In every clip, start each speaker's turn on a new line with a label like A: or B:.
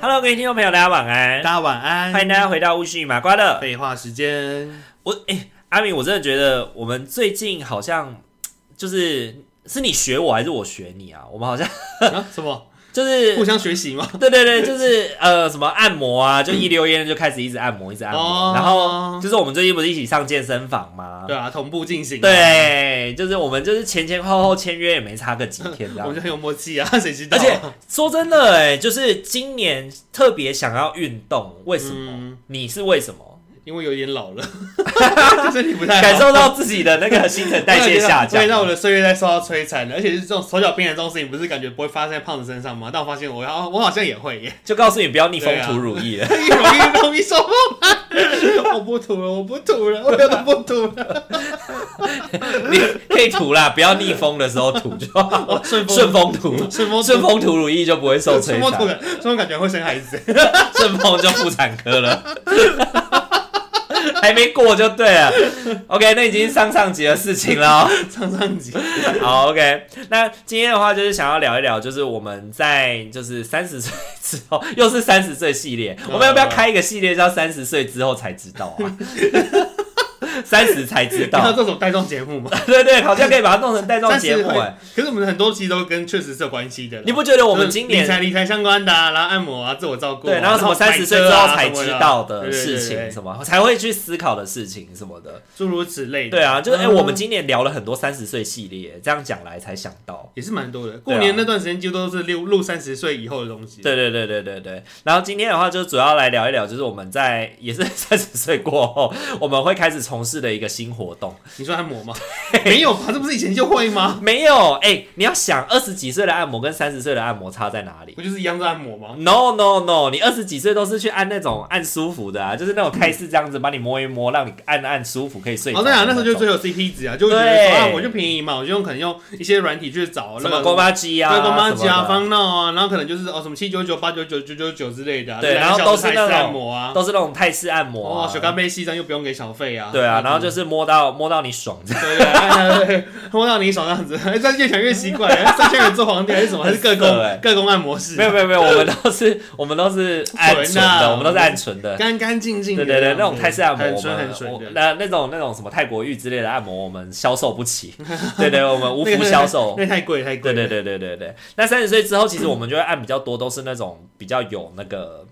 A: Hello，各位听众朋友，大家晚安
B: 大，家晚安。
A: 欢迎大家回到巫师与麻瓜的。
B: 废话时间，
A: 我哎、阿明，我真的觉得我们最近好像就是是你学我还是我学你啊？我们好像
B: 啊、什么？
A: 就是
B: 互相学习吗？
A: 对对对，就是呃，什么按摩啊，就一溜烟就开始一直按摩，一直按摩。
B: 哦
A: 然后就是我们最近不是一起上健身房吗？
B: 对啊，同步进行。，
A: 对，就是我们就是前前后后签约也没差个几天这
B: 我
A: 样
B: 们就。很有默契啊， 谁知道？
A: 而且说真的、哎，就是今年特别想要运动，为什么？
B: 嗯，
A: 你是为什么？
B: 因为有点老 了，身体不太好
A: 感受到自己的那个新陈 代谢下降
B: 对，，哎让我的岁月在受到摧残，而且是这种手脚冰凉这种事情，不是感觉不会发生在胖子身上吗？但我发现我要，我好像也 会耶，
A: 就告诉你不要逆风吐乳液了。
B: 容易容易受风我不吐了，我不吐了，我真的不吐了，
A: 你可以吐啦，不要逆风的时候吐就好。
B: 我 顺
A: 哦顺风吐，
B: 顺风
A: 顺风吐乳液就不会受摧
B: 什么
A: 残
B: 土。的，这种感觉会生孩子。
A: 顺风就妇产科 了，还没过就对了。OK，那已经上上集的事情了哦。
B: 上上集，
A: 好，OK，那今天的话就是想要聊一聊，就是我们在就是三十岁之后，又是三十岁系列，我们要不
B: 嗯
A: 要开一个系列叫三十岁之后才知道啊？三十才知
B: 然后
A: 道，
B: 这种带状节 目嘛，
A: 对对，好像可以把它弄成带状节目
B: 30
A: 哎、
B: 会可是我们很多期都跟确实是有关系的啦。
A: 你不觉得我们今
B: 理财
A: 年
B: 理财相关的、啊，然后按摩啊，自我照顾啊、
A: 对，然后什么三十岁之后才知道的事
B: 什么
A: 情，
B: 的对对对对
A: 什么才会去思考的事情什么的？
B: 诸如此类的。
A: 对啊，就是哎、
B: 嗯
A: 我们今年聊了很多三十岁系列，这样讲来才想到。
B: 也是蛮多的。
A: 对啊
B: 过年那段时间几乎都是录录三十岁以后的东西。
A: 对对对对对对。然后今天的话，就主要来聊一聊，就是我们在也是 三十岁过后，我们会开始从事的一个新活动。
B: 你说按摩 吗？没有吧？这不是以前就会吗？
A: 没有，哎、你要想二十几岁的按摩跟三十岁的按摩差在哪里
B: 不就是一样在按摩吗？
A: ？No No No，你二十几岁都是去按那种按舒服的啊，就是那种开式这样子，把你摸一摸，让你按按舒服，可以睡着
B: 哦，
A: 的
B: 对
A: 种。
B: 啊，那时候就最有 CP 值啊，就会觉得
A: 对
B: 说啊，我就便宜嘛，我就用可能用一些软体去找
A: 什
B: 那
A: 么
B: 个
A: 锅巴机啊，
B: 对，公妈吉
A: 什么
B: 啊、
A: 的
B: 方闹啊，然后可能就是哦什么七九九、八九九、九九九之类的啊，
A: 对
B: 就
A: 然后
B: 两
A: 都
B: 个
A: 是
B: 小时
A: 那种
B: 按摩啊，
A: 都是那种泰式按摩、啊，
B: 哦，雪糕杯西装又不用给小费啊，
A: 对啊，然后 就是啊摸到摸到你爽 这样，
B: 对对对对 对，摸到你手这样子，哎，这越想越奇怪，啊 三千元做皇帝还是什么，还是各
A: 很色欸
B: 工各工按摩室，
A: 没有没有没有，我们都是我们都是按纯
B: 纯
A: 的，
B: 的
A: 我们都是按纯的。
B: 干干净净
A: 对
B: 的，
A: 对对，那种泰式按摩，
B: 很
A: 我
B: 纯
A: 们
B: 很纯
A: 我
B: 的。
A: 那那种那种什么泰国浴之类的按摩，我们销售不起。 对对，我们无福消受。
B: 那太贵太贵
A: 对
B: 了。
A: 对对对对对。那三十岁之后，其实我们就会按比较多，都是那种比较有那个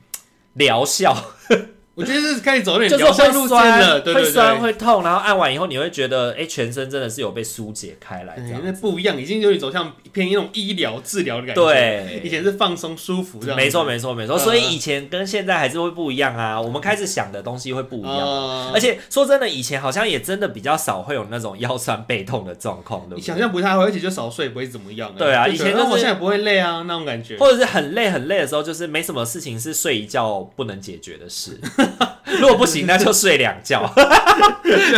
A: 疗效，
B: 我觉得是开始走有
A: 就
B: 点
A: 是
B: 疗效
A: 会
B: 路线了，
A: 酸、
B: 对
A: 会
B: 对
A: 酸、
B: 对。
A: 会痛，然后按完以后，你会觉得哎，全身真的是有被疏解开来这
B: 哎
A: 样，
B: 那
A: 子。
B: 不一样，已经有点走向偏那种医疗治疗的感觉。，
A: 对，
B: 以前是放松舒服这样子。
A: 没错，没错，没错。
B: 嗯
A: 所以以前跟现在还是会不一样啊，我们开始想的东西会不一样。
B: 啊
A: 而且说真的，以前好像也真的比较少会有那种腰酸背痛的状况，对
B: 你
A: 不
B: 想
A: 对？
B: 象不太会，而且就少睡不会怎么样、欸。
A: 对啊以前就是
B: 那我现在不会累啊，那种感觉。
A: 或者是很累很累的时候，就是没什么事情是睡一觉不能解决的 事。如果不行，那就睡两觉，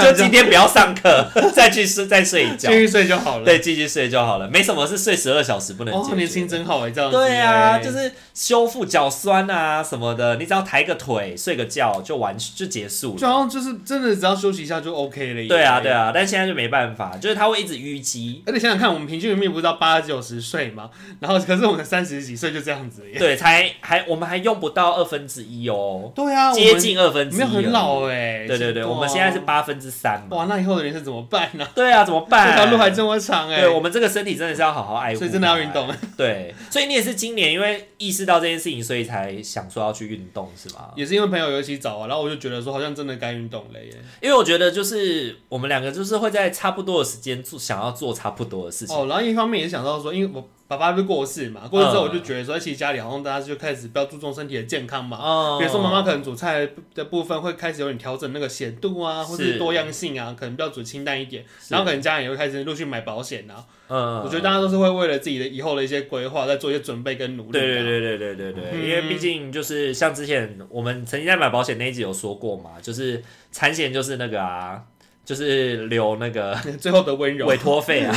A: 就今天不要上 课，再去睡再睡一觉
B: 继，续睡就好了。，
A: 对，继续睡就好了。没什么是睡十二小时不能解
B: 哦
A: 决，的。
B: 年轻真好哎、这样子、
A: 对啊，
B: 欸
A: 就是修复脚酸啊什么的，你只要抬个腿、睡个觉就完就结束
B: 就
A: 了。
B: 好像就是真的只要休息一下就 OK 了耶。
A: 对啊，对啊，但现在就没办法，就是它会一直淤积，
B: 而且想想看，我们平均寿命不是到八九十岁嘛，然后可是我们三十几岁就这样子耶。
A: 对，才还我们还用不到二分之一哦，
B: 对啊，
A: 接近二分
B: 我
A: 之
B: 们
A: 一，哦
B: 没有很。老哎、
A: 对对对，我们现在是八分之三嘛。
B: 哇，那以后的人生怎么办呢、
A: 对啊，怎么办？
B: 这条路还这么长哎、
A: 对我们哎这个身体真的是要好好爱护，
B: 所以真的要运。动。
A: 对，所以你也是今年因为意识到这件事情，所以才想说要去运动是吗？
B: 也是因为朋友有一起找啊，然后我就觉得说好像真的该运动了耶。
A: 因为我觉得就是我们两个就是会在差不多的时间做想要做差不多的事情。
B: 哦，然后一方面也想到说，因为我爸爸就过世嘛，过世之
A: 嗯
B: 后我就觉得说，哎其实家里好像大家就开始比较注重身体的健康嘛。
A: 哦
B: 比如说妈妈可能煮菜的部分会开始有点调整那个咸度啊，或
A: 是
B: 是多样性啊，可能比较煮清淡一点。
A: 是
B: 然后可能家人也会开始陆续买保险啊。
A: 嗯，
B: 我觉得大家都是会为了自己的以后的一些规划，在做一些准备跟努力、啊。
A: 对对对对对对对，
B: 嗯
A: 因为毕竟就是像之前我们曾经在买保险那一集有说过嘛，就是产险就是那个啊，就是留那 个
B: 对， 最后的温柔，
A: 委托费 啊，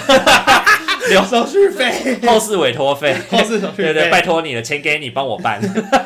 B: 留手续 费，
A: 后事委托费。
B: 后事手续
A: 对
B: 费，
A: 对，拜托你了，钱给你，帮我办 的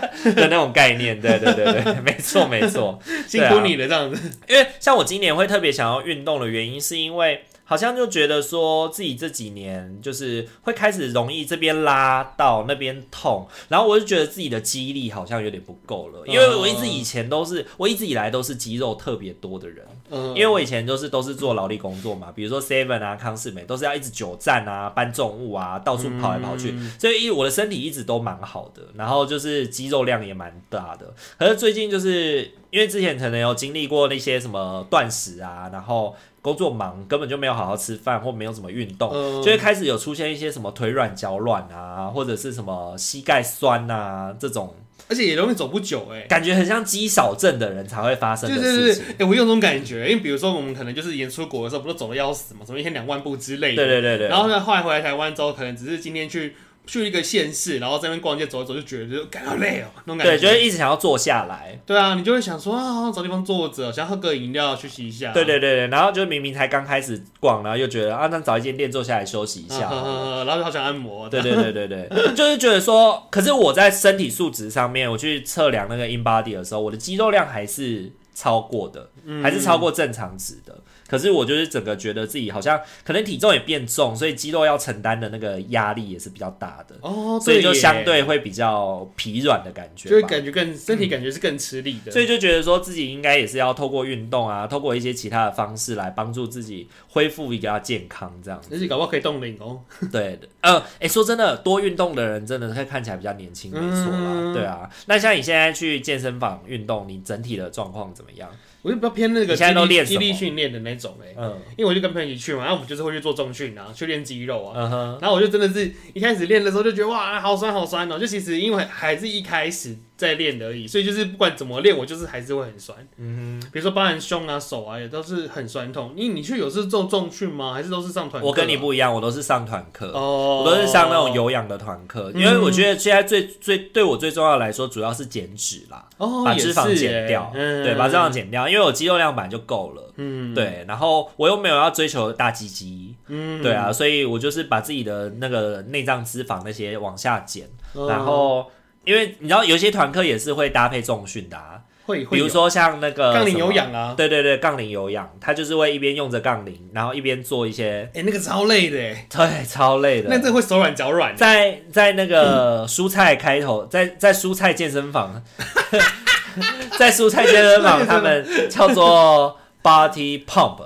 A: 那种概念，对对对对，没错没错。
B: 辛苦
A: 啊
B: 你了这样子。
A: 因为像我今年会特别想要运动的原因，是因为好像就觉得说自己这几年就是会开始容易这边拉到那边痛，然后我就觉得自己的肌力好像有点不够了，因为我一直以前都是我一直以来都是肌肉特别多的人，
B: 嗯，
A: 因为我以前就是都是做劳力工作嘛，比如说 Seven 啊、康士美都是要一直久站啊、搬重物啊、到处跑来跑去，所以我的身体一直都蛮好的，然后就是肌肉量也蛮大的。可是最近就是因为之前可能有经历过那些什么断食啊，然后工作忙，根本就没有好好吃饭或没有怎么运动，
B: 嗯
A: 就会开始有出现一些什么腿软、脚软啊，或者是什么膝盖酸啊这种，
B: 而且也容易走不久哎、
A: 感觉很像肌少症的人才会发生
B: 对
A: 的
B: 对
A: 事
B: 对
A: 情。，
B: 哎、我有种感觉，因为比如说我们可能就是演出国的时候，不都走的要死嘛，什么一天两万步之类的。
A: 对对对对，
B: 然后呢，后来回来台湾之后，可能只是今天去去一个县市，然后在那边逛街走一走，就觉得就感到累哦，那种感
A: 对，
B: 觉。
A: 就会一直想要坐下来。
B: 对啊，你就会想说啊，好想找地方坐着，想喝个饮料休息一下。
A: 对对对对，然后就明明才刚开始逛，然后又觉得啊，那找一间店坐下来休息一
B: 嗯，
A: 下
B: 嗯。嗯嗯然后就好想按摩。
A: 对对对对对，就是觉得说，可是我在身体数值上面，我去测量那个 in body 的时候，我的肌肉量还是超过的，
B: 嗯
A: 还是超过正常值的。可是我就是整个觉得自己好像可能体重也变重，所以肌肉要承担的那个压力也是比较大的，
B: 哦，
A: 所以就
B: 耶
A: 相对会比较疲软的感觉吧。嗯
B: 就会感觉更身体感觉是更吃力的。。
A: 所以就觉得说自己应该也是要透过运动啊，透过一些其他的方式来帮助自己恢复一个健康这样
B: 而且搞不好可以冻龄哦。
A: 对，呃，哎、说真的，多运动的人真的会看起来比较年轻，没错啦，
B: 嗯
A: 对啊。那像你现在去健身房运动，你整体的状况怎么样？
B: 我就比较偏那
A: 你
B: 个
A: 现在都
B: 肌力
A: 练什
B: 肌
A: 么
B: 力训练的那种哎、
A: 嗯
B: 因为我就跟朋友一起去嘛，然后我们就是会去做重训啊，去练肌肉啊。
A: 嗯哼，
B: 然后我就真的是一开始练的时候就觉得哇，好酸好酸哦、就其实因为还是一开始在练而已，所以就是不管怎么练，我就是还是会很酸。
A: 嗯
B: 比如说包含胸啊、手啊，也都是很酸痛。你你去有是做重训吗？还是都是上团、啊
A: 哼，我跟你，不一样，我都是上团课。哦
B: 哦，
A: 我都是上那种有氧的团课，因为我觉得现在最最对我最重要的来说，主要是减脂啦，
B: 哦，
A: 把
B: 也
A: 脂肪
B: 是
A: 减
B: 耶
A: 掉，
B: 嗯、
A: 对，把脂肪减掉，因为我肌肉量本来就够了，
B: 嗯，
A: 对，然后我又没有要追求大鸡鸡，
B: 嗯，
A: 对啊，所以我就是把自己的那个内脏脂肪那些往下减，
B: 哦，
A: 然后因为你知道有些团课也是会搭配重训的、啊，
B: 会会
A: 比如
B: 有
A: 说像那个
B: 杠铃
A: 什么
B: 有，氧啊，
A: 对对对，杠铃有氧，它就是会一边用着杠铃，然后一边做一些，
B: 哎、那个超累的耶，
A: 对，超累
B: 那
A: 的。
B: 这会手软脚软。
A: 在在那个蔬菜开头，在在蔬菜健身房， 在蔬菜健身 房，他们叫做 body pump，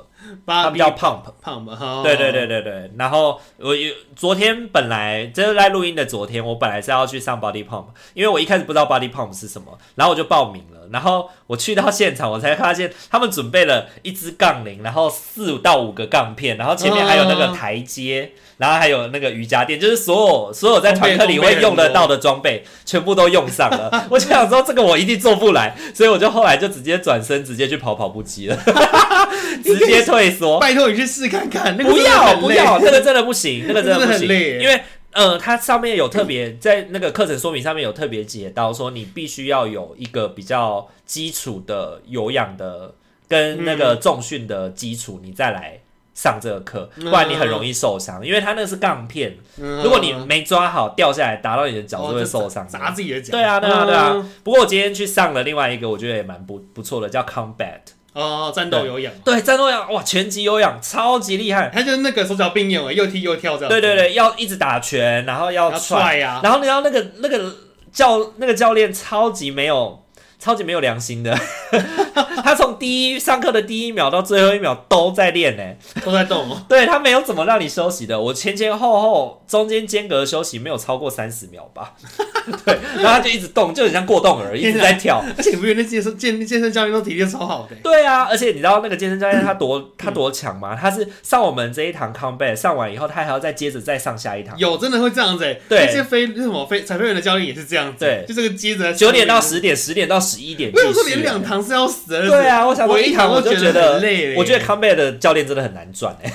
A: 他
B: 把
A: 们叫 pump，
B: 胖吧，哦
A: 对对对，对对，然后我有昨天本来就是在录音的昨天，我本来是要去上 body pump，因为我一开始不知道 body pump 是什么，然后我就报名了，然后我去到现场，我才发现他们准备了一支杠铃，然后四到五个杠片，然后前面还有那个台阶，然后还有那个瑜伽垫，就是所有所有在团课里会用得到的装备， 全部都用上了。我就想说这个我一定做不来，所以我就后来就直接转身直接去跑跑步机了， 直接退缩。
B: 拜托你去试看看，那个
A: 不
B: 真的
A: 要
B: 很
A: 不
B: 累，
A: 要，那个真的不 行，那个真的不
B: 真的很
A: 行，
B: 累耶
A: 因为呃，它上面有特别在那个课程说明上面有特别解到说，你必须要有一个比较基础的有氧的跟那个重训的基础，你再来。上这个课，不然你很容易受伤，因为它那个是杠片，
B: 嗯
A: 如果你没抓好掉下来打到你的脚
B: 哦
A: 是会
B: 就
A: 受伤的。
B: 砸自己的脚，
A: 对啊，对啊，对
B: 嗯，
A: 啊。不过我今天去上了另外一个，我觉得也蛮不不错的，叫 Combat。
B: 哦，战斗有氧，
A: 对，战斗氧哇，拳击有氧超级厉害，
B: 他就是那个手脚并用，又踢又跳这样，
A: 对对，对，要一直打拳，然后要踹，
B: 要踹呀，啊
A: 然后你知道那个那个教那个教练超级没有超级没有良心的。 他从第一上课的第一秒到最后一秒都在练呢、
B: 都在动哦。
A: 对他没有怎么让你休息的。我前前后后中间间隔休息没有超过三十秒吧。 对，然后他就一直动，就很像过动儿，一直在跳。
B: 而且你不觉得那健身健健身教练都体力超好的欸、
A: 对啊，而且你知道那个健身教练他多他多强吗？他是上我们这一堂 combat 上完以后，他还要再接着再上下一堂。
B: 有真的会这样子、欸，
A: 对
B: 那些飞那什么飞裁判员的教练也是这样子、
A: 对
B: 就这个接着
A: 九点到，十点，十点到十一点
B: 为
A: 计
B: 什么说连
A: 时。
B: 两堂是要死的？
A: 对啊，我想说
B: 呃我
A: 一
B: 堂
A: 堂我就
B: 觉
A: 得
B: 很累、欸，
A: 我觉得 combat 的教练真的很难赚 哎、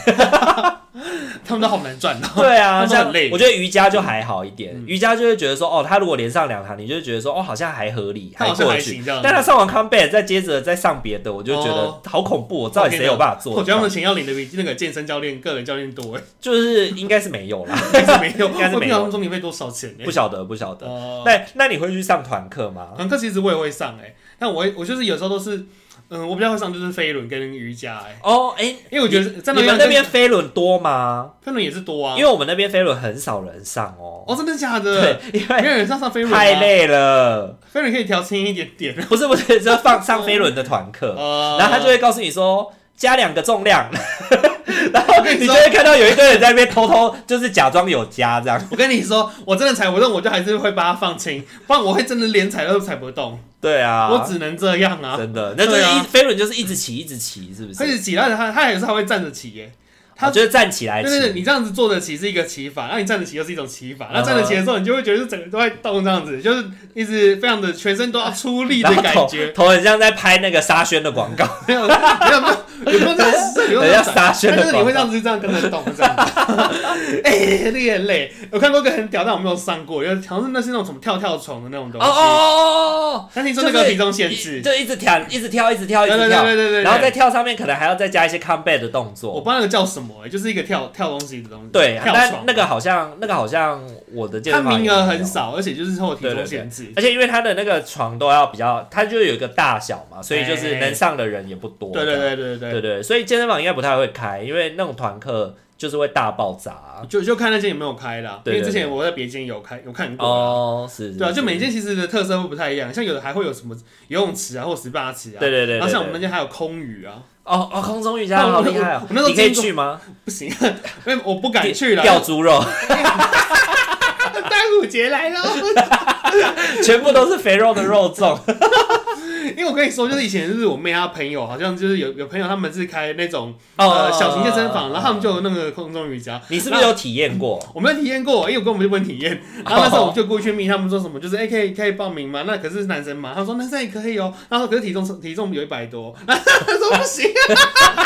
B: 他们都好难赚哦。
A: 对啊，
B: 他们
A: 像
B: 很累
A: 我觉得瑜伽就还好一点，
B: 嗯
A: 瑜伽就会觉得说，哦，他如果连上两堂，你就会觉得说，哦，好像还合理，
B: 他好像
A: 过
B: 还
A: 去。
B: 行这样子
A: 但他上完 combat 再接着再上别的，我就觉
B: 哦
A: 得好恐怖，我到底谁有办法做
B: 我
A: 得
B: 觉得他
A: 到？
B: 们钱要领的比那个健身教练、个人教练多、欸，
A: 就是 应该是没有 啦，
B: 应该是没有，
A: 应该是
B: 我不
A: 没
B: 知道他
A: 有
B: 们，中年费多少钱呢、
A: 不
B: 欸？
A: 晓得不晓得。
B: 哦，
A: 那那你会去上团课吗？
B: 团课其实我也会上哎、欸，但我会我就是有时候都是，嗯，我比较会上就是飞轮跟瑜伽哎、欸，
A: 哦，哎，
B: 因为我觉得在
A: 你们那
B: 跟
A: 边飞轮多吗？
B: 飞轮也是多啊，
A: 因为我们那边飞轮很少人上哦。
B: 哦，真的假的？
A: 对，因
B: 没
A: 为
B: 有人上上飞轮吗
A: 太，累了。
B: 飞轮可以调轻一点点。
A: 不是不是，就放上飞轮的团课。
B: 呃
A: 然后他就会告诉你说加两个重量，然后
B: 我跟你
A: 你就
B: 说
A: 会看到有一堆人在那边偷偷就是假装有加这样。
B: 我跟你说，我真的踩不动，我就还是会把它放轻，不然我会真的连踩都踩不动，
A: 对啊，
B: 我只能这样啊。
A: 真的，那就是
B: 对
A: 一
B: 啊
A: 飞轮就是一直起一直起，是不
B: 开
A: 是？
B: 始起，但是他他也是还会站着起耶。他
A: 我觉得站起来
B: 对对对，
A: 起，
B: 你这样子坐着起是一个起法，那你站着起又是一种起
A: 嗯
B: 法。那站着起的时候，你就会觉得是整个都在动，这样子就是一直非常的全身都要出力的
A: 然后
B: 感
A: 头
B: 觉。
A: 头很像在拍那个沙宣的广告，
B: 没有没有没有，有 没有这样子？有没有这
A: 人
B: 样
A: 家沙 宣的
B: 但是你
A: 广
B: 会这
A: 告
B: 样子这样跟着动这样子。 哎、那个也很累。我看过一个很屌，但我没有上过，就是好像是那是那种什么跳跳床的那种
A: 哦
B: 东西。
A: 哦哦哦哦。
B: 但听
A: 就
B: 说那个体重限
A: 一
B: 制，
A: 就一直跳，一直跳，一直跳，一
B: 对对
A: 直
B: 对
A: 跳
B: 对，对对，
A: 然后在跳上面可能还要再加一些 combat 的动
B: 我
A: 作。
B: 不知道那个叫什么、欸，就是一个跳跳东西的东西，
A: 对，
B: 跳
A: 但
B: 床
A: 那个好像，那个好像我的健
B: 它
A: 身房
B: 名
A: 也
B: 额
A: 没有
B: 很少，而且就是后体重限制。
A: 而且因为它的那个床都要比较，它就有一个大小嘛，所以就是能上的人也不多。
B: 对对对对
A: 对
B: 对
A: 对对所以健身房应该不太会开，因为那种团课就是会大爆炸。
B: 就就看那间有没有开啦，因
A: 对对
B: 为之前我在别间有开有看过啦。
A: 哦，是，是
B: 对啊，就是每间其实的特色会不太一样，像有的还会有什么游泳池啊，或 SPA 池啊。
A: 对对对对对
B: 然后像我们那间还有空雨啊，
A: 哦哦，空中瑜伽好厉害
B: 我
A: 哦
B: 我！那时候
A: 你可以
B: 经过
A: 去吗？
B: 不行，因为我不敢去了。
A: 钓猪肉，
B: 端午节来了，
A: 全部都是肥肉的肉 粽。
B: 因为我跟你说，就是以前就是我妹她朋友，好像就是有有朋友他们是开那种
A: 哦
B: 呃，小型健身房，然后他们
A: 就
B: 就有那个空中瑜伽。
A: 哦你是不是有体验过？
B: 我没有体验过，因为我根本就不能体验。然后那时候我们就过去密他们说什么，就是哎、可以可以报名吗？那可是男生嘛，他说男生也可以哦、然后可是体重体重有一百多，然后他说不行，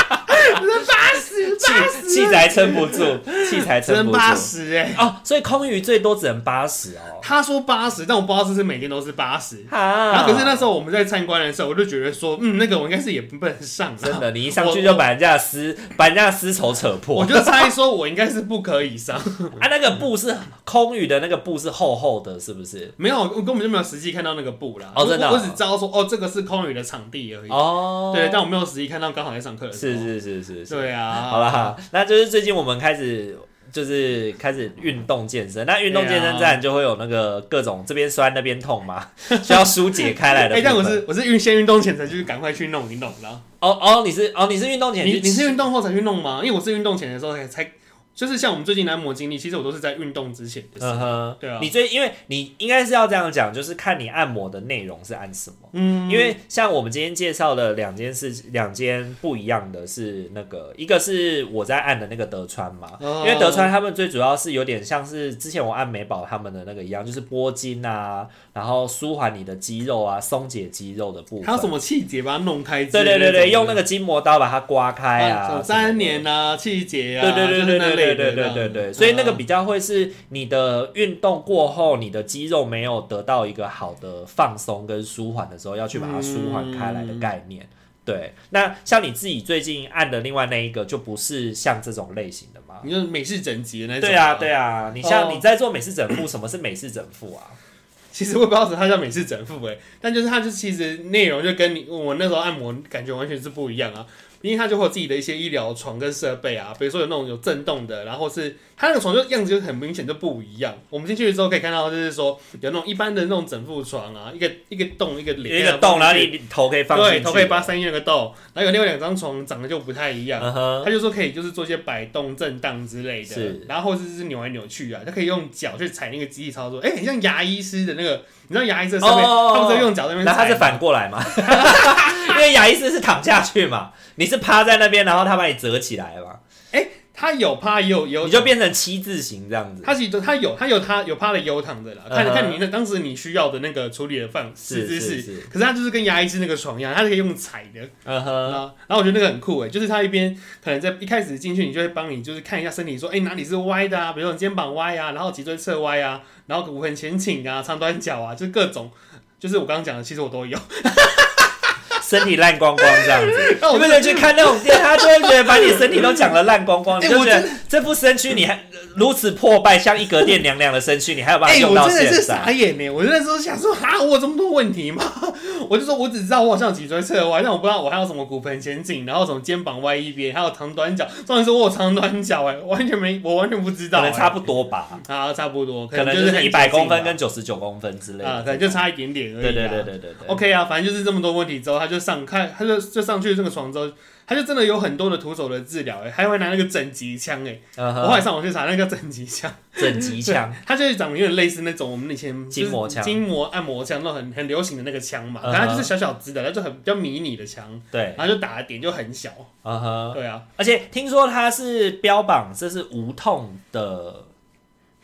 B: 八十
A: 器
B: 八十，
A: 器材撑不住，器材
B: 只
A: 撑
B: 能
A: 不住。
B: 八十哎。
A: 哦，所以空余最多只能八十哦。啊
B: 他说八十，但我不知道是不是每天都是八十。
A: 哈，
B: 然后可是那时候我们在参观的时候，我就觉得说，嗯，那个我应该是也不能上啊
A: 真的，你一上去就把人家的丝，把人家的丝绸扯破。
B: 我就猜说我应该是不可以上。
A: 啊，那个布是空余的，那个布是厚厚的，是不是？
B: 没有，我根本就没有实际看到那个布啦。
A: 哦真的哦
B: 我我只知道说，哦，这个是空余的场地而已。
A: 哦，
B: 对，但我没有实际看到，刚好在上课的时候。
A: 是是是是是，
B: 对啊，
A: 好，啦，那就是最近我们开始。就是开始运动健身，那运动健身站就会有那个各种这边酸那边痛嘛，需要疏解开来
B: 啊哎、
A: 的部分。
B: 但我是我是运先运动前才去赶快去弄一弄啦。
A: 哦哦，你是哦 你是运动前
B: 你
A: 去
B: 你是运动后才去弄吗？因为我是运动前的时候才才，就是像我们最近来磨经历，其实我都是在运动之前的事。
A: 嗯哼，
B: 对啊
A: 你最因为你应该是要这样讲，就是看你按摩的内容是按什么。
B: 嗯，
A: 因为像我们今天介绍的两件事，两件不一样的是那个，一个是我在按的那个德川嘛，
B: 哦
A: 因为德川他们最主要是有点像是之前我按美宝他们的那个一样，就是拨筋啊，然后舒缓你的肌肉啊，松解肌肉的部
B: 还有什
A: 分。
B: 么气节把它弄开之
A: 对对
B: 类的种的？
A: 对对，用那个筋膜刀把它刮开
B: 啊什
A: 啊，
B: 么粘
A: 黏。
B: 连啊、气节啊，
A: 对对
B: 就是
A: 对对
B: 那
A: 对对
B: 类的
A: 对
B: 这
A: 对
B: 样
A: 对对，所以那个
B: 嗯
A: 比较会是你的运动过后，你的肌肉没有得到一个好的放松跟舒缓的时候，要去把它舒缓开来的概念。
B: 嗯
A: 对，那像你自己最近按的另外那一个，就不是像这种类型的吗？
B: 你就是美式整脊的那种。
A: 对啊，对啊，你像
B: 哦
A: 你在做美式整腹，什么是美式整腹啊？
B: 其实我也不知道它叫美式整复哎，但就是它就是其实内容就跟你我那时候按摩感觉完全是不一样啊，因为它就会有自己的一些医疗床跟设备啊，比如说有那种有震动的，然后是它那个床就样子就很明显就不一样。我们进去之后可以看到，就是说有那种一般的那种整复床啊，一个一个洞一个
A: 有
B: 脸，
A: 一个洞，然后你你头可以放进
B: 对
A: 去，
B: 头可以把它塞进那个洞，然后有另外两张床长得就不太一样。
A: 嗯哼，
B: 他就说可以就是做一些摆动、震荡之类的，
A: 是
B: 然后或者是扭来扭去啊，他可以用脚去踩那个机器操作，哎、很像牙医师的那个，你知道牙医师的设备，
A: 哦哦哦
B: 他们在用脚在那边
A: 然后
B: 踩，
A: 他是反过来嘛， 因为牙医师是躺下去嘛，你是趴在那边，然后他把你折起来嘛，
B: 他有趴也有也有，
A: 你就变成七字形这样子。
B: 他其实他有他有他有趴的也有躺着啦，看
A: 嗯哼
B: 看你那当时你需要的那个处理的范
A: 是是
B: 姿势，
A: 是，
B: 可是他就是跟牙医师那个床一样，他是可以用踩的，
A: 嗯哼，
B: 啊，然后我觉得那个很酷诶，就是他一边可能在一开始进去，你就会帮你就是看一下身体，说哎、诶哪里是歪的啊，比如说你肩膀歪啊，然后脊椎侧歪啊，然后骨盆前倾啊，长短脚啊，就是各种，就是我刚刚讲的，其实我都有。
A: 身体烂光光这样子。
B: 那
A: 你
B: 我
A: 不能去看那种店，他就会觉得把你身体都讲得烂光光，
B: 哎
A: 你就
B: 我
A: 觉得这副身躯你还如此破败，像一格店娘娘的身躯，你还有办法
B: 哎、
A: 用
B: 我
A: 到
B: 真的
A: 现
B: 是傻
A: 在？
B: 眼呢！我就那时候想说，哈，我有这么多问题吗？ 我就说我只知道我好像有脊椎侧歪，但我不知道我还有什么骨盆前倾，然后什么肩膀歪一边，还有长短脚。重点是我有长短脚，哎，完全没，我完全不知道
A: 可
B: 诶，
A: 能差不多吧，
B: 啊，差不多，
A: 可能就
B: 就
A: 是是
B: 很
A: 一百
B: 接近
A: 公分
B: 吧
A: 跟九十九公分之类
B: 啊
A: 的，，
B: 可能就差一点点而已、啊
A: 对对对。对对对。
B: OK 啊，反正就是这么多问题之后，他就上看，他就就上去这个床之后，他就真的有很多的徒手的治疗，哎，还会拿那个整脊枪，哎，
A: 嗯
B: 我后来
A: 哼，
B: 上网去查，那个叫整脊枪，
A: 整脊 枪，
B: 对，它就是长得有点类似那种我们以前
A: 筋膜枪
B: 就是筋膜按摩枪那种很很流行的那个枪嘛，
A: 嗯哼
B: 然后它就是小小只的，它就很比较迷你的枪，
A: 对，
B: 然后就打的点就很小，
A: 嗯哼。
B: 对啊，
A: 而且听说它是标榜这是无痛的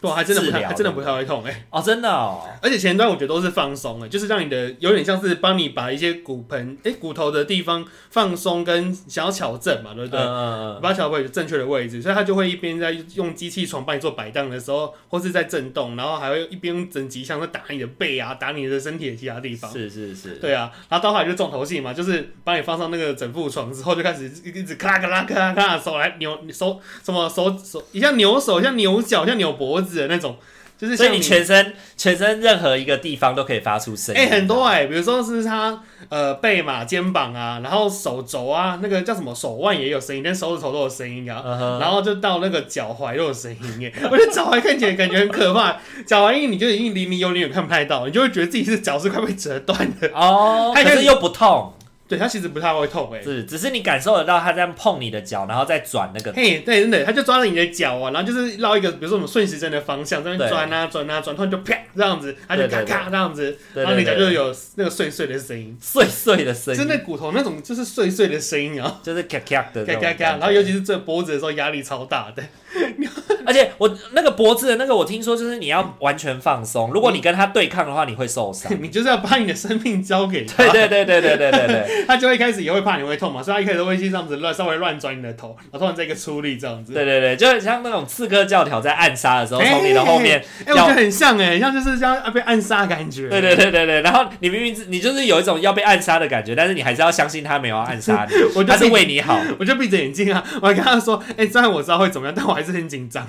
B: 对啊，还真的不
A: 治
B: 太，
A: 疗
B: 还真的不太会痛，哎。
A: 哦，真的哦，
B: 而且前端我觉得都是放松的，就是让你的有点像是帮你把一些骨盆、哎、骨头的地方放松，跟想要矫正嘛，对不
A: 嗯
B: 对？
A: 嗯嗯，
B: 把小腿正确的位置，所以他就会一边在用机器床帮你做摆荡的时候，或是在震动，然后还会一边用整脊枪在打你的背啊，打你的身体的其他地方。
A: 是是是，
B: 对啊，然后到后来就重头戏嘛，就是把你放上那个整副床之后，就开始一直咔啦咔啦咔啦咔啦手来扭手什么手手，一下扭手，一下扭脚，一下扭脖子的那种，就是
A: 所以
B: 像
A: 你全身全身任何一个地方都可以发出声音，
B: 哎、很多哎、比如说是他呃背嘛、肩膀啊，然后手肘啊，那个叫什么手腕也有声音，连手指头都有声音啊。
A: 嗯哼，
B: 然后就到那个脚踝都有声音 耶，我觉得脚踝看起来感觉很可怕，脚踝因为你就已经离你有点远看不太到，你就会觉得自己是脚是快被折断的。
A: 哦，
B: 它
A: 可
B: 应该
A: 是又不痛，
B: 对，它其实不太会痛哎。
A: 是只是你感受得到它在碰你的脚，然后再转那个，
B: 嘿，对，真的，他就抓着你的脚啊，然后就是绕一个，比如说我们顺时针的方向，在那
A: 对
B: 边转啊转啊转，突然就啪这样子，他就
A: 对
B: 咔
A: 对
B: 咔这样子，
A: 对
B: 然后你
A: 对
B: 脚就
A: 对，
B: 有那个碎碎的声音，
A: 碎碎的声
B: 真
A: 音，
B: 的骨头那种就是碎碎的声音啊。
A: 就是咔咔的那
B: 嘎
A: 种
B: 嘎
A: 感觉，
B: 嘎！然后尤其是这脖子的时候压力超大的， ，
A: 而且我那个脖子的那个，我听说就是你要完全放松，如果你跟它对抗的话，你会受伤
B: 你就是要把你的生命交给他，
A: 对对对对对对对对。
B: 他就会一开始也会怕你会痛嘛，所以他一开始都会去这样子乱稍微乱转你的头，然后突然再一个出力这样子。
A: 对对对，就很像那种刺客教条在暗杀的时候，
B: 哎
A: 从你的后面，
B: 哎、我觉得很像哎、像就是像要被暗杀的感觉。
A: 对对对对对，然后你明明是你就是有一种要被暗杀的感觉，但是你还是要相信他没有要暗杀你，
B: 我就
A: 他是
B: 闭
A: 为你好。
B: 我就闭着眼睛啊，我还跟他说，哎、虽然我知道会怎么样，但我还是很 紧张。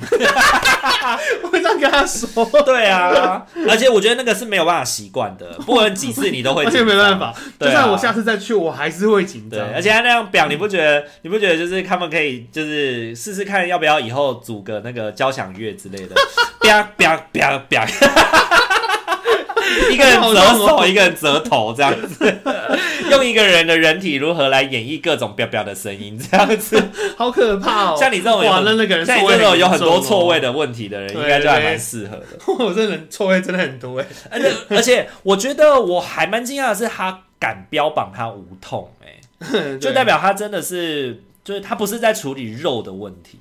B: 我这样跟他说，
A: 对啊，而且我觉得那个是没有办法习惯的，不管几次你都会
B: 完全没办。法。就
A: 对啊
B: 算我下次再去，我还是会紧
A: 对
B: 张，。
A: 而且他那样表，你不觉得？你不觉得就是他们可以就是试试看，要不要以后组个那个交响乐之类的， 啪啪啪啪， 一个人折手，一个人折头，这样子， 用一个人的人体如何来演绎各种啪啪的声音，这 样子。
B: 好可怕哦、
A: 像你这种有
B: 哇，
A: 很
B: 那那个人
A: 像你
B: 错位
A: 这种有
B: 严
A: 很多
B: 重哦
A: 错位，的问题的人，
B: 对
A: 应该就还蛮适合的。
B: 我这人错位真的 很多哎、
A: 而且而且，我觉得我还蛮惊讶的是，他敢标榜他无痛、欸，就代
B: 表
A: 表他真的是，就是他不是在处理肉的问题，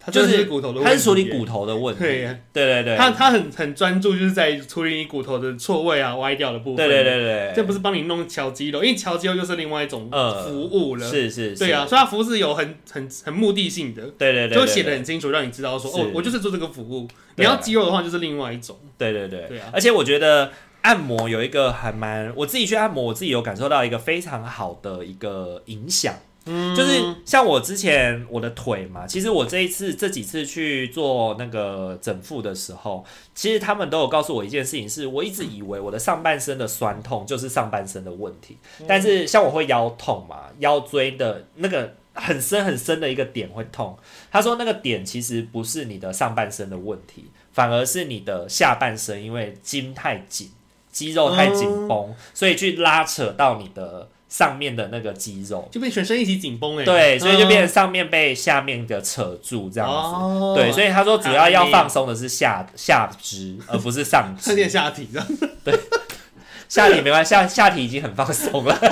B: 他
A: 就
B: 真的
A: 是
B: 是骨头的问题，
A: 他是处理骨头的问题。
B: 对呀
A: 对对对，
B: 他他很很专注，就是在处理你骨头的错位啊、歪掉的部分。
A: 对对对对，
B: 这不是帮你弄敲肌肉，因为敲肌肉又是另外一种
A: 呃
B: 服务了。
A: 是是是，
B: 对啊，，所以它服务是有很很很目的性的，
A: 对对对，
B: 就写
A: 对
B: 的很清楚，让你知道说
A: 是
B: 哦，我就是做这个服务。你
A: 对啊
B: 要肌肉的话，就是另外一种。
A: 对对对，
B: 对啊
A: 而且我觉得按摩有一个还蛮，我自己去按摩，我自己有感受到一个非常好的一个影响，
B: 嗯
A: 就是像我之前我的腿嘛，其实我这一次这几次去做那个整复的时候，其实他们都有告诉我一件事情是，我一直以为我的上半身的酸痛就是上半身的问题，但是像我会腰痛嘛，腰椎的那个很深很深的一个点会痛。他说那个点其实不是你的上半身的问题，反而是你的下半身因为筋太紧，肌肉太紧绷，所以去拉扯到你的上面的那个肌肉。
B: 就变全身一起紧绷哎。
A: 对，所以就变
B: 嗯
A: 成上面被下面的扯住这样子。
B: 哦
A: 对，所以他说主要
B: 啊
A: 要
B: 你
A: 放松的是下下肢，而不是上
B: 有点
A: 肢。
B: 下体这样，
A: 下体没关系，下下体已经很放松 了，
B: 下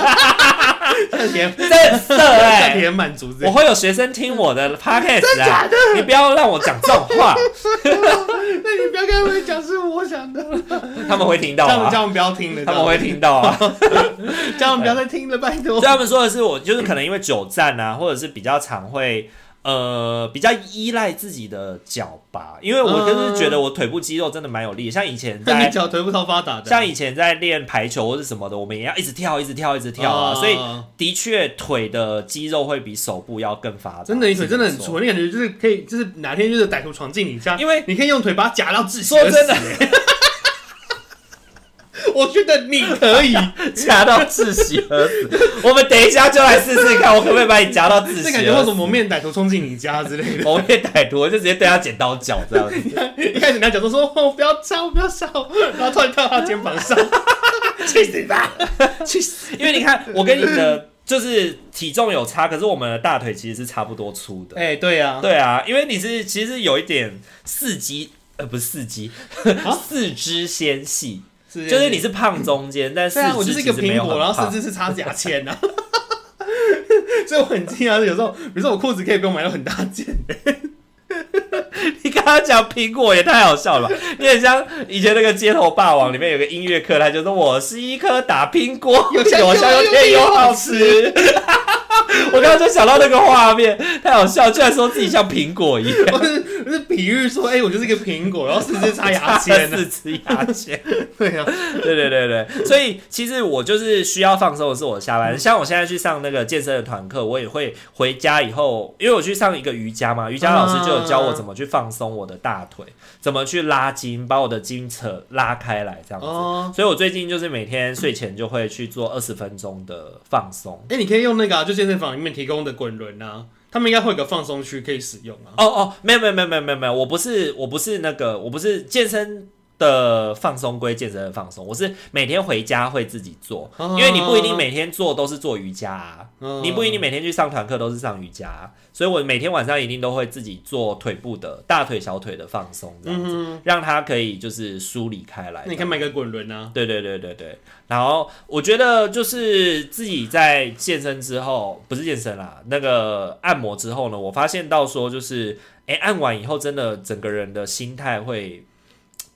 B: 体也
A: 真色
B: 下
A: 哎、
B: 体很满足这
A: 我
B: 样。
A: 会有学生听我的 podcast 啊！你不要让我讲这种话，
B: 那你不要跟他们讲是我想的，
A: 他们会听到
B: 叫他们
A: 啊，
B: 叫他们不要听了，
A: 他们会听到啊。
B: 叫他们不要再听了，拜托
A: 所以。他们说的是，我就是可能因为久站啊，或者是比较常会呃比较依赖自己的脚吧，因为我就是觉得我腿部肌肉真的蛮有力，像以前
B: 嗯那
A: 在
B: 你脚腿部超发达的，
A: 像以前在练排球或是什么的，我们也要一直跳，一直跳，一直跳啊，
B: 哦
A: 所以的确腿的肌肉会比手部要更发达。
B: 真的，你腿真的很
A: 粗。
B: 粗，你感觉就是可以，就是哪天就是歹徒闯进你家，
A: 因为
B: 你可以用腿把它夹到窒息。
A: 说真的，
B: 我觉得你可 以，
A: 夹到窒息而死。我们等一下就来试试看，我可不可以把你夹到窒息而死？
B: 这感觉像什么蒙面歹徒冲进你家 之类的。
A: 蒙面歹徒，我就直接对他剪刀脚这样子。
B: 一开始人家讲说说哦不要杀我不要杀我，然后突然跳到他肩膀 上，气死你吧！ 气死！
A: 因为你看，我跟你的就是体重有差，可是我们的大腿其实是差不多粗的。
B: 哎、对啊，
A: 对啊，因为你是其实有一点四肌，呃，不是四肌，
B: 啊
A: 四肢纤细。
B: 是
A: 就是你是胖中间，但四
B: 对啊，我就
A: 肢
B: 是一
A: 其
B: 个
A: 实没
B: 苹
A: 有
B: 果，然
A: 很
B: 后
A: 胖。
B: 甚至是插牙签啊。 所以我很惊讶，有时候比如说我裤子可以不用买到很大件，
A: 你刚刚讲苹果也太好笑 了吧？你很像以前那个《街头霸王》里面有个音乐课，他就说我是一颗打苹果，
B: 有香
A: 有香
B: 有
A: 甜
B: 甜
A: 有
B: 有
A: 好
B: 好
A: 吃。我刚刚就想到那个画面，太好笑，居然说自己像苹果一样。
B: 我是我是比喻说，哎、我就是一个苹果，然后四肢插牙签 啊。
A: 四只牙签，
B: 对啊，
A: 对对对对，所以其实我就是需要放松的是我的下班，像我现在去上那个健身的团课，我也会回家以后，因为我去上一个瑜伽嘛，瑜伽老师就有教我怎么去放松我的大腿，怎么去拉筋，把我的筋扯拉开来这样子。
B: 哦，
A: 所以我最近就是每天睡前就会去做二十分钟的放松。
B: 哎、你可以用那个、啊，就健身房里面提供的滚轮啊，他们应该会有个放松区可以使用啊。
A: 哦哦，没有没有没有没有没有没有，我不是我不是那个我不是健身。的放松归健身的放松，我是每天回家会自己做，因为你不一定每天做都是做瑜伽、啊，
B: 嗯
A: 你不一定每天去上团课都是上瑜伽、啊所以我每天晚上一定都会自己做腿部的大腿、小腿的放松，这样子、让它可以就是梳理开来。
B: 嗯那你可以买个滚轮啊，
A: 对对对对对，然后我觉得就是自己在健身之后，不是健身啦，那个按摩之后呢，我发现到说就是，哎，按完以后真的整个人的心态会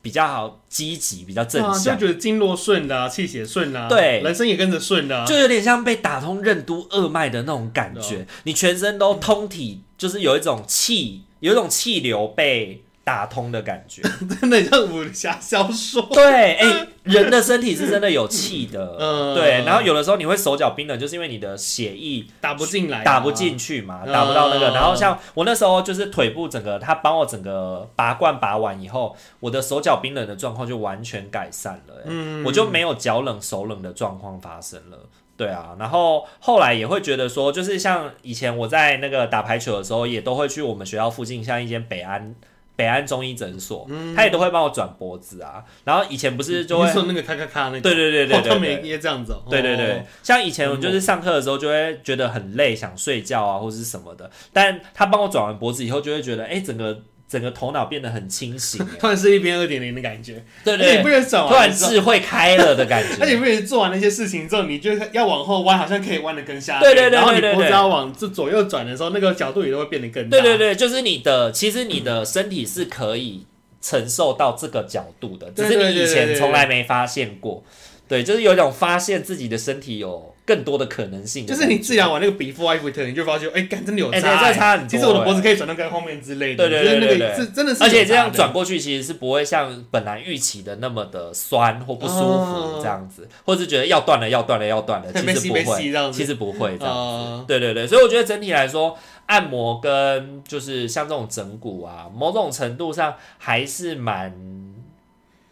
A: 比较好，积极，比较正
B: 对啊
A: 向，
B: 就觉得经络顺啦、气血顺啦、
A: 对
B: 人生也跟着顺啊啦。
A: 就有点像被打通任督二脉的那种感觉，你全身都通体，就是有一种气，有一种气流被打通的感觉。
B: 真的很像武侠小说。
A: 对，哎、人的身体是真的有气的，
B: 嗯
A: 对。然后有的时候你会手脚冰冷，就是因为你的血液
B: 打不进来啊、
A: 打不进去嘛，
B: 嗯
A: 打不到那个。然后像我那时候就是腿部整个，他帮我整个拔罐拔完以后，我的手脚冰冷的状况就完全改善了、欸
B: 嗯
A: 我就没有脚冷手冷的状况发生了。对啊，然后后来也会觉得说，就是像以前我在那个打排球的时候，也都会去我们学校附近像一间北安北安中医诊所，他也都会帮我转脖子啊。然后以前不是就
B: 嗯你
A: 会
B: 是说那个咔咔咔那个，
A: 对对对对对
B: 哦他们
A: 对
B: 也也这样子、哦。
A: 对对对
B: 哦，，
A: 像以前我就是上课的时候就会觉得很累，想睡觉啊或者是什么的，但他帮我转完脖子以后，就会觉得哎、整个整个头脑变得很清醒， 哎
B: 突然是一边二点零的感觉，
A: 对
B: 哎而且
A: 对
B: 你不
A: 对，
B: 觉得转
A: 突然
B: 完之后，
A: 智慧开了的感
B: 而
A: 觉。
B: 且你不觉得做完那些事情之后，你就要往后弯，好像可以弯的更下面，
A: 对对对
B: 然后
A: 对
B: 你
A: 对
B: 脖子
A: 对
B: 要往这左右转的时候，那个角度也都会变得更 大。
A: 对对对，就是你的，其实你的身体是可以承受到这个角度的，只
B: 对
A: 是
B: 嗯对
A: 你以
B: 对对
A: 前
B: 对
A: 从来没发现过。对，就是有一种发现自己的身体有更多的可能性的
B: 就
A: 感觉。
B: 是你治疗完那个 before after，你就发现，哎、干真的有差、
A: 哎对这差很多
B: 其实我的脖
A: 哎
B: 子可以转到跟后面之类的，
A: 对对对
B: 就是
A: 对
B: 那
A: 对
B: 个是真的是有差
A: 而
B: 的，
A: 且这样转过去其实是不会像本来预期的那么的酸或不舒服
B: 哦
A: 这样子，或是觉得要断了要断了要断了，其
B: 被
A: 实
B: 吸
A: 不
B: 被吸这
A: 会，
B: 样子
A: 其实不会这样。
B: 啊、
A: 对对对，所以我觉得整体来说，按摩跟就是像这种整骨啊，某种程度上还是蛮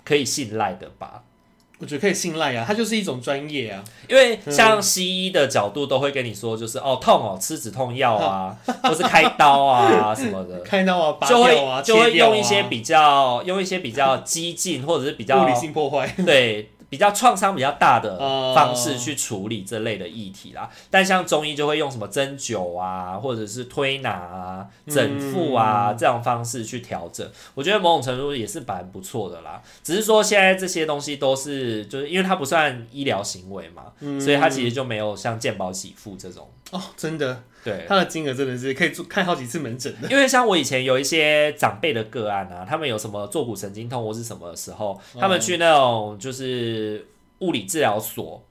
A: 可以信赖的吧。
B: 我觉得可以信赖啊，它就是一种专业啊。
A: 因为像西医的角度都会跟你说，就是哦痛哦，吃止痛药 啊，或是开刀啊什么的，
B: 开刀啊，拔
A: 就
B: 掉啊，
A: 会就会
B: 切掉啊
A: 用一些比较 用一些比较激进或者是比较
B: 物理性破坏。
A: 对比较创伤比较大的
B: 哦
A: 方式去处理这类的议题啦。但像中医就会用什么针灸啊，或者是推拿啊、整腹啊、
B: 嗯
A: 这样方式去调整。我觉得某种程度也是蛮不错的啦。只是说现在这些东西都是就是因为它不算医疗行为嘛，
B: 嗯
A: 所以它其实就没有像健保给付这种
B: 哦，真的，
A: 对。
B: 它的金额真的是可以做看好几次门 诊的。
A: 因为像我以前有一些长辈的个案啊，他们有什么坐骨神经痛或是什么的时候，
B: 嗯
A: 他们去那种就是物理治疗所，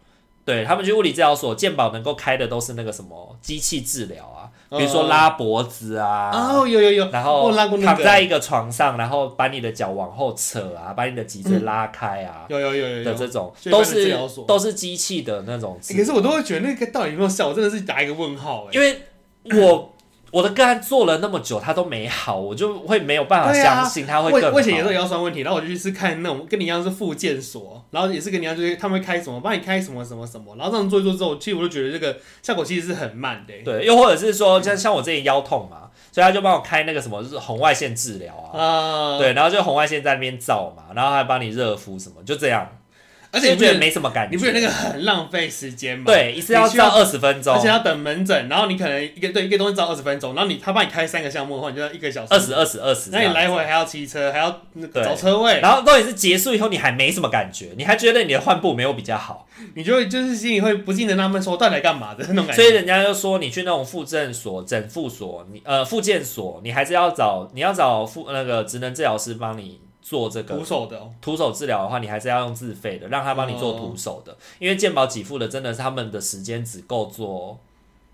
A: 对他们去物理治疗所，健保能够开的都是那个什么机器治疗啊，比如说拉脖子啊。
B: 嗯哦，有有有，
A: 然后
B: 我拉过那
A: 躺
B: 个，
A: 在一个床上，然后把你的脚往后扯啊，把你的脊椎拉开啊
B: 有有有有
A: 的
B: 有。
A: 这种，
B: 嗯就一般
A: 都
B: 的治
A: 是
B: 疗所
A: 都是机器的那种治
B: 欸
A: 疗。
B: 可是我都会觉得那个到底有没有效，我真的是打一个问号哎、
A: 因为我我的个案做了那么久，它都没好，我就会没有办法
B: 对啊
A: 相信它会
B: 我
A: 更好。
B: 我以前也是有腰酸问题，然后我就去是看那种跟你一样是复健所，然后也是跟你一样，就是他们会开什么，帮你开什么什么什么，然后这样做一做之后，其实我就觉得这个效果其实是很慢的、欸。
A: 对，又或者是说，像像我之前腰痛嘛，所以他就帮我开那个什么就是红外线治疗啊，
B: 啊、
A: 对，然后就红外线在那边照嘛，然后还帮你热敷什么，就这样，
B: 而且你
A: 就
B: 不
A: 觉
B: 觉
A: 得
B: 得
A: 没什么感觉，
B: 你不觉得那个很浪费时间吗？
A: 对一哦次要
B: 你需要
A: 照二十分钟
B: 而，且要等门诊，然后你可能一个对一个东西只要二十分钟，然后你他帮你开三个项目的话，你就要一个小时。
A: 二十二十二十，
B: 那你来回还要骑车，还要那
A: 啊对
B: 个找车位，
A: 然后重点是结束以后你还没什么感觉，你还觉得你的患部没有比较好，
B: 你就会就是心里会不禁的纳闷说，到底来干嘛的那种感
A: 所以
B: 觉。
A: 人家就说你去那种附诊所、整复所，你呃复健所，你还是要找你要找复那个职能治疗师帮你做这个
B: 徒手的、哦，
A: 徒手治疗的话，你还是要用自费的，让他帮你做徒手的，因为健保给付的真的是他们的时间只够做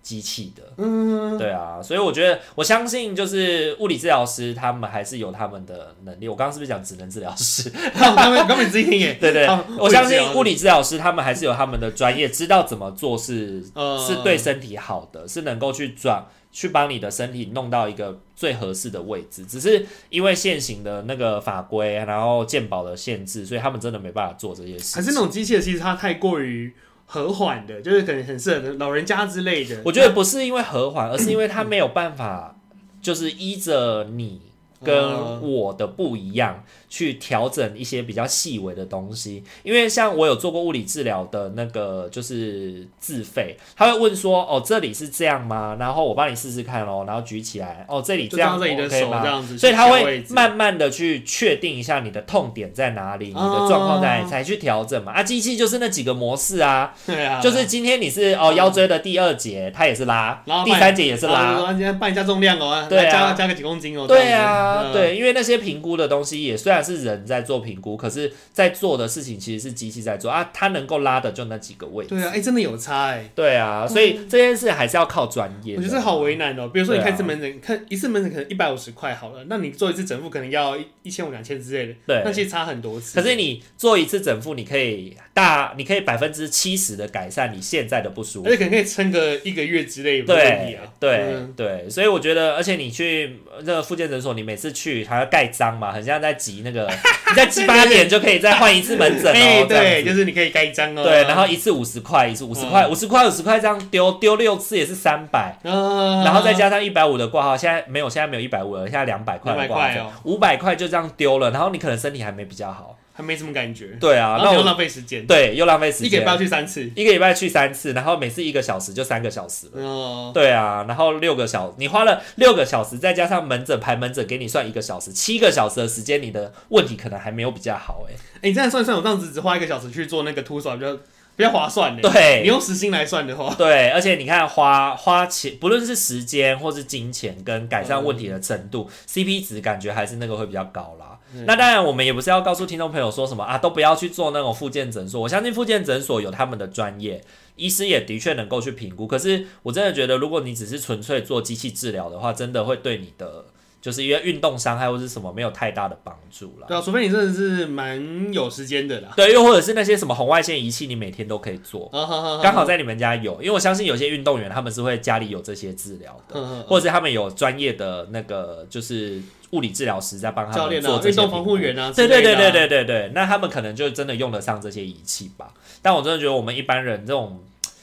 A: 机器的，嗯，对啊，所以我觉得我相信就是物理治疗师他们还是有他们的能力。我刚刚是不是讲职能治疗师？
B: 他们他们自己听耶。
A: 对对
B: 啊
A: 我相信物
B: 理
A: 理治疗师他们还是有他们的专业，知道怎么做是
B: 治疗呃
A: 是对身体好的，是能够去转去帮你的身体弄到一个最合适的位置。只是因为现行的那个法规，然后健保的限制，所以他们真的没办法做这些事
B: 还是
A: 情。
B: 那种机械，其实它太过于和缓的，就是可能很适合老人家之类的。
A: 我觉得不是因为和缓，而是因为他没有办法，就是依着你。跟
B: 嗯
A: 我的不一样，去调整一些比较细微的东西。因为像我有做过物理治疗的那个，就是自费，他会问说：“哦，这里是这样吗？”然后我帮你试试看哦，然后举起来，哦，这里
B: 就
A: 这样
B: 张着你的
A: OK
B: 手
A: 吗
B: 这？样子，
A: 所以他
B: 去调
A: 会
B: 位置
A: 慢慢的去确定一下你的痛点在哪里，你的状况在哪里，才去调整嘛。啊，机器就是那几个模式啊，
B: 对啊，
A: 就是今天你是哦腰椎的第二节，它也是拉
B: 然，后
A: 第三节也是
B: 然后
A: 拉。
B: 就说今天帮你加重量哦，
A: 对啊
B: 加加个几公斤哦。
A: 对
B: 啊，
A: 啊，
B: 嗯，
A: 对，因为那些评估的东西也虽然是人在做评估，可是在做的事情其实是机器在做啊，它能够拉的就那几个位置。
B: 对啊，哎，真的有差哎。
A: 对啊，所以这件事还是要靠专业。
B: 我觉得这好为难哦。比如说，
A: 对
B: 你
A: 啊
B: 看一次门诊，看一次门诊可能一百五十块好了，那你做一次整复可能要一千五、两千之类的，
A: 对
B: 那其实差很多次。
A: 可是你做一次整复，你可以大，你可以百分之七十的改善你现在的不舒服
B: 而。且可能可以撑个一个月之类，也不容易
A: 对
B: 啊。
A: 对、
B: 嗯
A: 对，所以我觉得，而且你去呃那个复健诊所，你每次去还要盖章嘛，很像在集那个， 你在集八点就可以再换一次门诊
B: 哎
A: 哦，这样
B: 对，
A: 子
B: 就是嗯你可以盖一张哦。
A: 对，然后一次五十块，一次五十块，五十块五十块这样丢丢六次也是三百、
B: 啊，
A: 然后再加上一百五的挂号，现在没有，现在没有一百五了，现在两百块的
B: 200
A: 挂
B: 块
A: 号
B: 哦，
A: 五百块就这样丢了，然后你可能身体还没比较好，
B: 还没什么感觉，
A: 对啊，
B: 嗯然
A: 那
B: 后你又
A: 我
B: 浪费时间，
A: 对又浪费时
B: 一个
A: 间
B: 礼拜，要去三次。
A: 一个礼拜去三次，然后每次一个小时就三个小时了。
B: 哦，
A: 对啊，然后六个小，你花了六个小时，再加上门诊排门诊，给你算一个小时，七个小时的时间，你的问题可能还没有比较好哎、
B: 哎，你这样算一算，我这样子只花一个小时去做那个徒手，比较比较划算的。你
A: 对
B: 用时薪来算的话，
A: 对，而且你看花花钱，不论是时间或是金钱，跟改善问题
B: 嗯
A: 的程度、c p 值感觉还是那个会比较高啦。
B: 嗯
A: 那当然，我们也不是要告诉听众朋友说什么啊，都不要去做那种复健诊所。我相信复健诊所有他们的专业，医师也的确能够去评估。可是我真的觉得，如果你只是纯粹做机器治疗的话，真的会对你的就是因为运动伤害或是什么没有太大的帮助啦。
B: 对啊，除非你真的是蛮有时间的啦。
A: 对，又或者是那些什么红外线仪器，你每天都可以做。
B: 啊哈哈，
A: 刚好在你们家有，因为我相信有些运动员他们是会家里有这些治疗的，
B: 嗯
A: 或者是他们有专业的那个就是物理治疗师在帮他
B: 教
A: 们
B: 练
A: 做
B: 啊，
A: 这
B: 运
A: 些
B: 动防
A: 评
B: 护
A: 估
B: 员啊之
A: 对
B: 类的啊，
A: 对对对对对对，那他们可能就真的用得上这些仪器吧。但我真的觉得我们一般人这种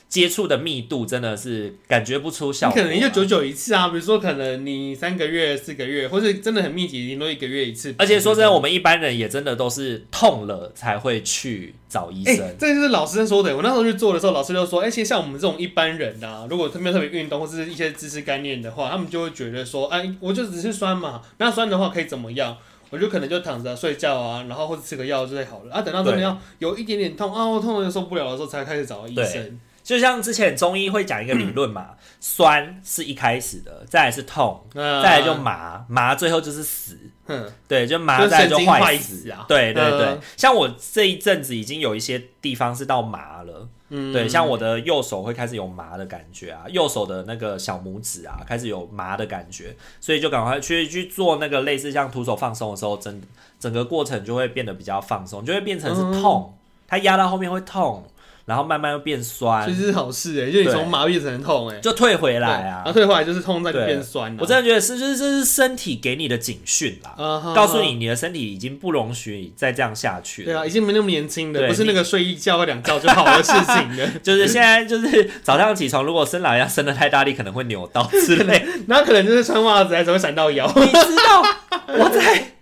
A: 接触的密度真的是感觉不出效
B: 你
A: 果啊。
B: 可能就久久一次啊，比如说可能你三个月、四个月，或者真的很密集，顶多一个月一次。
A: 而且说真的，我们一般人也真的都是痛了才会去找医
B: 哎、
A: 生。
B: 这就是老师说的。我那时候去做的时候，老师就说，哎、其实像我们这种一般人啊，如果特别特别运动或是一些知识概念的话，他们就会觉得说，哎、我就只是酸嘛，那酸的话可以怎么样？我就可能就躺着、睡觉啊，然后或者吃个药就会好了。啊，等到真的
A: 对
B: 要有一点点痛啊，我痛了就受不了的时候，才开始找医生。
A: 就像之前中医会讲一个理论
B: 嗯
A: 嘛，酸是一开始的，再来是痛，
B: 那
A: 再来就麻，麻最后就是死。
B: 嗯，
A: 对，就麻在就坏
B: 就是神经坏死啊
A: 对对对，
B: 嗯
A: 像我这一阵子已经有一些地方是到麻了，
B: 嗯
A: 对，像我的右手会开始有麻的感觉啊，右手的那个小拇指啊开始有麻的感觉，所以就赶快去去做那个类似像徒手放松的时候，整整个过程就会变得比较放松，就会变成是痛，
B: 嗯
A: 它压到后面会痛，然后慢慢又变酸
B: 其，实是好事哎、就你
A: 对
B: 从麻痹成痛哎、
A: 就退回
B: 对
A: 来啊
B: 然后。退回来就是痛，再就
A: 对
B: 变酸啊了、
A: 我真的觉得是，就是这是身体给你的警讯啦，
B: 啊哈
A: 告诉你你的身体已经不容许你再这样下去了
B: 对。啊，已经没那么年轻的，
A: 对
B: 不是那个睡一觉或两觉就好的事情了。
A: 就是现在，就是早上起床，如果伸懒腰伸的太大力，可能会扭到之类。
B: 然后可能就是穿袜子还只会闪到 腰。
A: 你知 道我在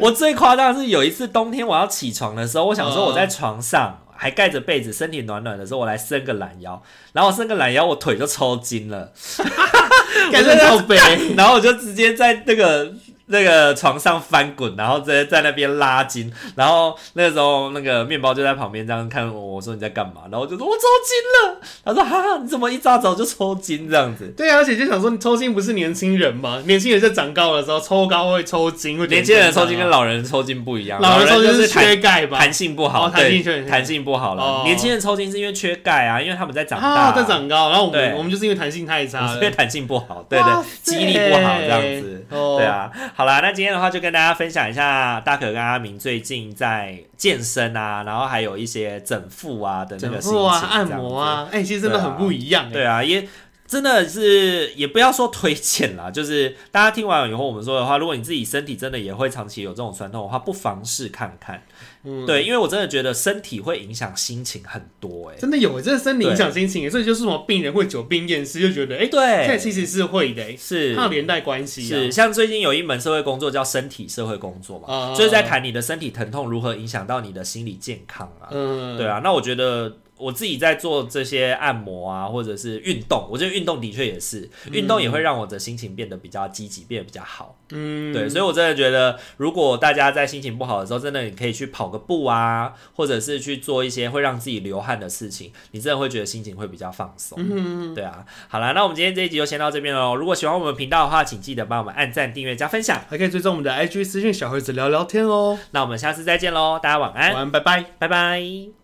A: 我最夸张的是有一次冬天我要起床的时候，我想说我在床上还盖着被子，身体暖暖的时候，我来伸个懒腰，然后我伸个懒腰，我腿就抽筋了，
B: 感觉好悲。
A: 然后我就直接在那个。那个床上翻滚，然后直接在那边拉筋，然后那时候那个面包就在旁边这样看我，我说你在干嘛？然后我就说我抽筋了。他说哈，你怎么一大早就抽筋这样子？
B: 对啊，而且就想说，抽筋不是年轻人吗？年轻人在长高的时候抽高会抽筋，会觉得
A: 年轻人的
B: 很正
A: 抽
B: 常
A: 筋跟老人的抽筋不一样，
B: 啊老人抽筋
A: 就是弹
B: 缺钙吧？
A: 弹性不好，
B: 哦弹性
A: 对
B: 缺
A: 弹性不好
B: 哦
A: 了。年轻人抽筋是因为缺钙啊，因为他们在长
B: 啊，
A: 大，
B: 在长高，然后我们
A: 对
B: 我们就是因为弹性太差
A: 所
B: 了
A: 以，弹性不好，对
B: 哇
A: 对，
B: 塞
A: 肌力不好这样子。
B: 哦
A: 对，啊，好啦，那今天的话就跟大家分享一下大可跟阿明最近在健身啊，然后还有一些整腹啊的那
B: 整
A: 个
B: 腹啊，
A: 心情
B: 按
A: 这样
B: 摩
A: 子
B: 啊，哎，其实真的很不一样。
A: 对啊，也真的是也不要说推荐啦， 就是大家听完以后我们说的话，如果你自己身体真的也会长期有这种传统的话，不妨试看看。
B: 嗯
A: 对，因为我真的觉得身体会影响心情很多、欸，
B: 真的有，真的生理影响心情耶，所以就是什么病人会久病厌世，就觉得哎，这
A: 对，
B: 其实是会的耶，
A: 是
B: 它有连带关系啊
A: 是，。像最近有一门社会工作叫身体社会工作嘛，
B: 啊
A: 就是在谈你的身体疼痛如何影响到你的心理健康啊。
B: 嗯，
A: 对啊，那我觉得我自己在做这些按摩啊，或者是运动，我觉得运动的确也是，运动也会让我的心情变得比较积极，变得比较好。
B: 嗯，
A: 对，所以我真的觉得，如果大家在心情不好的时候，真的你可以去跑个步啊，或者是去做一些会让自己流汗的事情，你真的会觉得心情会比较放松。嗯，对啊。好啦，那我们今天这一集就先到这边喽。如果喜欢我们频道的话，请记得帮我们按赞、订阅、加分享。
B: 还可以追踪我们的 IG 私讯小盒子聊聊天哦。
A: 那我们下次再见喽，大家晚安，
B: 晚安，拜拜。
A: 拜拜。